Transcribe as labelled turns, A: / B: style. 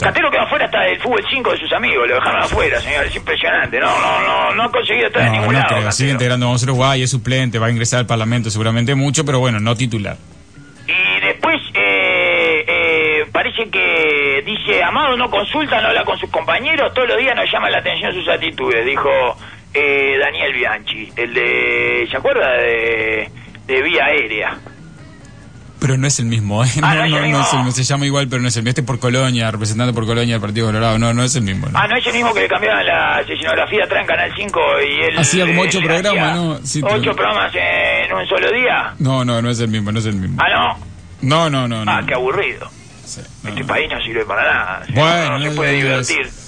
A: Catero quedó afuera hasta del fútbol 5 de sus amigos, lo dejaron afuera, señor, es impresionante, no, no, no, no ha conseguido estar en
B: No,
A: ningún
B: no
A: lado.
B: creo. Sigue
A: Catero.
B: integrando vamos a Uruguay, es suplente, va a ingresar al Parlamento seguramente mucho, pero bueno, no titular.
A: Y después eh, eh, parece que dice, Amado no consulta, no habla con sus compañeros, todos los días nos llama la atención sus actitudes, dijo eh, Daniel Bianchi, el de, ¿se acuerda? De, de Vía Aérea.
B: Pero no es el mismo, ¿eh?
A: Ah, no
B: no,
A: es
B: no,
A: el
B: no es el
A: mismo.
B: mismo. Se llama igual, pero no es el mismo. Este es por Colonia, representante por Colonia del Partido Colorado. No, no es el mismo. ¿no?
A: Ah, no es el mismo que le cambiaron la escenografía atrás en Canal 5 y él...
B: Hacía como
A: eh,
B: ocho
A: le
B: programas,
A: hacía
B: ¿no? Sí,
A: ocho
B: pero-
A: programas en un solo día.
B: No, no, no es el mismo, no es el mismo.
A: Ah, no.
B: Mm. No, no, no, no.
A: Ah,
B: no.
A: qué aburrido.
B: Sí, no,
A: Este
B: no.
A: país no sirve para nada.
B: Bueno,
A: no,
B: no
A: se puede
B: digas.
A: divertir.